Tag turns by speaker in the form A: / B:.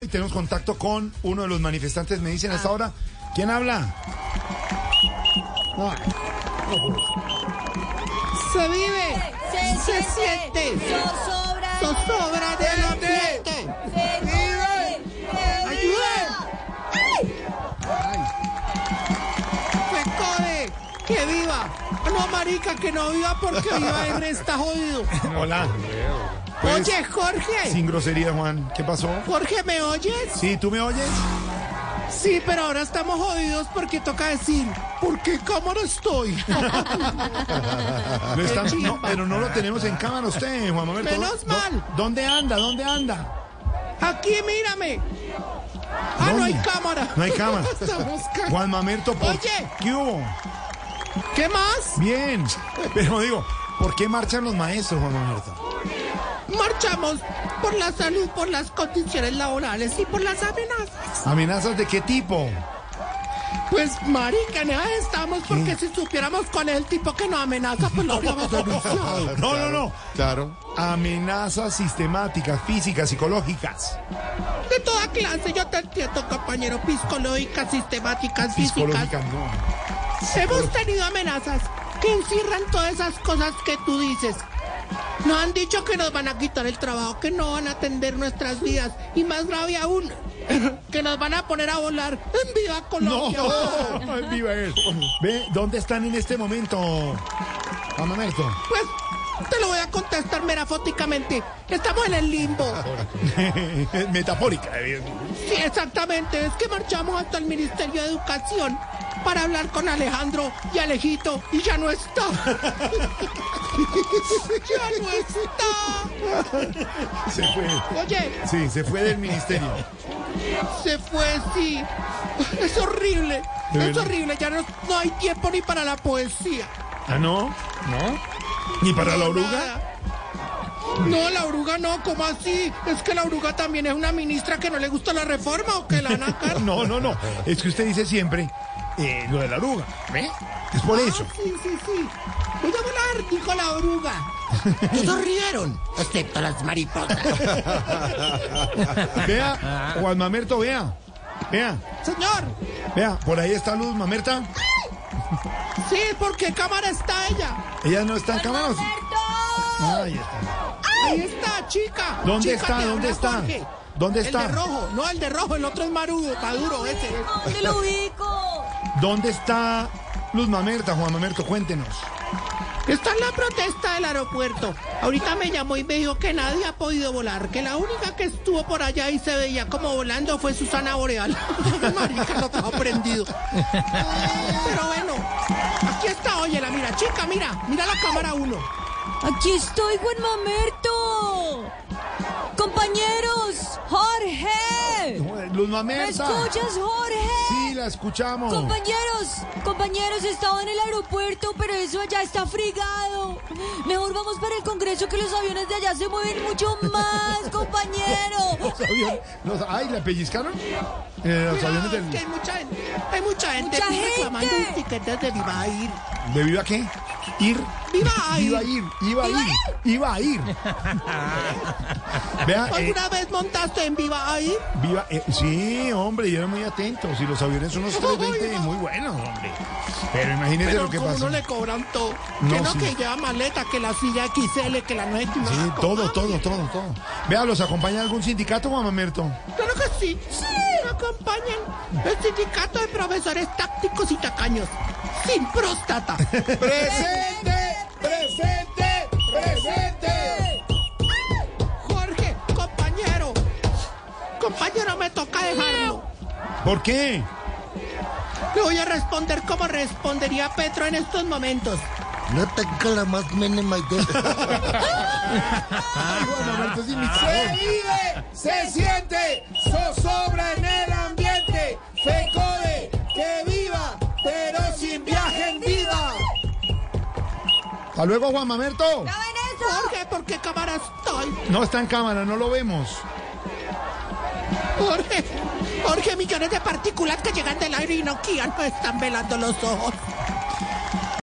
A: y tenemos contacto con uno de los manifestantes. Me dicen
B: Ah.
A: hasta ahora, ¿quién habla? No,
B: Se vive, se siente,
C: Zozobra.
B: zozobra del ambiente.
C: ¡Ayuden!
B: Pecore, que viva. No, marica, que no viva porque viva el está jodido.
A: Hola, Pues,
B: Oye, Jorge.
A: sin grosería, Juan. ¿Qué pasó?
B: Jorge, ¿me oyes?
A: Sí, ¿tú me oyes?
B: Sí, pero ahora estamos jodidos porque toca decir, ¿por qué cámara estoy?
A: No está- no, pero no lo tenemos en cámara usted, Juan Manuel.
B: Menos
A: ¿Dó-
B: mal.
A: ¿Dónde anda? ¿Dónde anda?
B: Aquí, mírame. Ah, no hay
A: ¿Dónde?
B: cámara.
A: No hay cámara.
B: Estamos ca-
A: Juan Mamerto, ¿por
B: Oye.
A: ¿qué hubo?
B: ¿Qué más?
A: Bien, pero digo, ¿por qué marchan los maestros, Juan Mamerto?
B: Marchamos por la salud, por las condiciones laborales y por las amenazas.
A: ¿Amenazas de qué tipo?
B: Pues, marica, en esas estamos porque si supiéramos cuál es el tipo que nos amenaza, pues lo habríamos denunciado.
A: No, no, no.
D: Claro.
A: Amenazas sistemáticas, físicas, psicológicas.
B: De toda clase, yo te entiendo, compañero, psicológicas, sistemáticas, físicas.
A: Psicológicas, no.
B: Hemos tenido amenazas que encierran todas esas cosas que tú dices. Nos han dicho que nos van a quitar el trabajo, que no van a atender nuestras vidas y más grave aún, que nos van a poner a volar en viva Colombia.
A: Ay, viva él. Ve, ¿dónde están en este momento, Juan Mamerto?
B: Pues te lo voy a contestar merafóticamente. Estamos en el limbo.
A: Metafórica, eh, evidentemente.
B: Sí, exactamente. Es que marchamos hasta el Ministerio de Educación para hablar con Alejandro y Alejito y ya no está. ya no está.
A: Se fue.
B: Oye,
A: Sí, se fue del ministerio.
B: se fue, sí. Es horrible.
A: ¿De
B: Es
A: verdad?
B: horrible. Ya no, no hay tiempo ni para la poesía.
A: ¿Ah, no? ¿No? ¿Ni para la oruga?
B: Nada. No, la oruga no, ¿cómo así? ¿Es que la oruga también es una ministra que no le gusta la reforma o que la van a sacar?
A: No, no, no. Es que usted dice siempre eh, lo de la oruga. ¿Ve? Es por eso.
B: Ah, sí, sí, sí. Voy a volar, dijo la oruga. Todos rieron, excepto las mariposas.
A: Vea, Juan Mamerto, vea. Vea,
B: Señor,
A: vea. Por ahí está Luz Mamerta.
B: sí, ¿por qué cámara está ella?
A: Ella no está en cámara. ¿o sí?
C: ¡Alberto!
A: Ahí está.
B: Ahí está, chica.
A: ¿Dónde
B: Chica,
A: está?
B: te
A: ¿Dónde
B: habla
A: está?
B: Jorge.
A: ¿Dónde
B: El
A: está?
B: de rojo, no, el de rojo, el otro es marudo, está duro ese.
C: ¿Dónde lo ubico?
A: ¿Dónde está Luz Mamerta, Juan Mamerto? Cuéntenos.
B: Está en la protesta del aeropuerto. Ahorita me llamó y me dijo que nadie ha podido volar, que la única que estuvo por allá y se veía como volando fue Susana Boreal. Marica, no te ha aprendido. Pero bueno, aquí está, óyela, mira, chica, mira, mira la cámara uno.
C: Aquí estoy, Juan Mamerto. Compañeros, Jorge.
A: Luz
C: ¿Me
A: Mamerta.
C: escuchas, Jorge?
A: Sí, la escuchamos.
C: Compañeros, compañeros, estaba en el aeropuerto, pero eso allá está frigado. Mejor vamos para el Congreso que los aviones de allá se mueven mucho más, compañero.
A: Los aviones- los- ay, ¿la pellizcaron? Eh, los
B: Mira,
A: aviones
B: es que
A: del,
B: hay mucha gente, hay mucha gente
C: Mucha
B: aquí reclamando
C: gente.
B: los tiquetes de Viva Air.
A: ¿De viva qué? Ir.
B: Viva
A: Iba a
B: Air.
A: ir, iba a
C: ¿Iba a
A: ir, iba a ir. Vea, eh,
B: ¿Alguna vez montaste en Viva Air?
A: viva, eh, sí, hombre, y eran muy atentos. Y los aviones son unos 320 y muy buenos, hombre. Pero imagínese
B: Pero
A: lo que
B: como
A: pasa.
B: no le cobran todo.
A: No,
B: que no,
A: sí.
B: que lleva maleta, que la silla XL, que la no es
A: Sí, todo, todo, todo, todo. Vea, ¿los acompaña algún sindicato, Juan Mamerto?
B: Claro que sí. Sí, me acompañan. El sindicato de profesores tácticos y tacaños. Sin próstata.
D: ¡Presente! ¡Presente! ¡Presente!
B: Jorge, compañero. Compañero, me toca dejarlo.
A: ¿Por qué?
B: Le voy a responder como respondería Petro en estos momentos.
E: No tengo la más mínima idea.
A: Ay, Juan Mamerto es imitador.
D: ¡Se vive! ¡Se siente! ¡Zozobra en el ambiente! ¡Fecode! ¡Que viva! ¡Pero sin viaje en vida!
A: Hasta luego, Juan Mamerto.
C: ¡Saben eso!
B: Jorge, ¿por qué cámara estoy?
A: No está en cámara, no lo vemos.
B: Jorge, Jorge, millones de partículas que llegan del aire y no guían, no están pues, velando los ojos.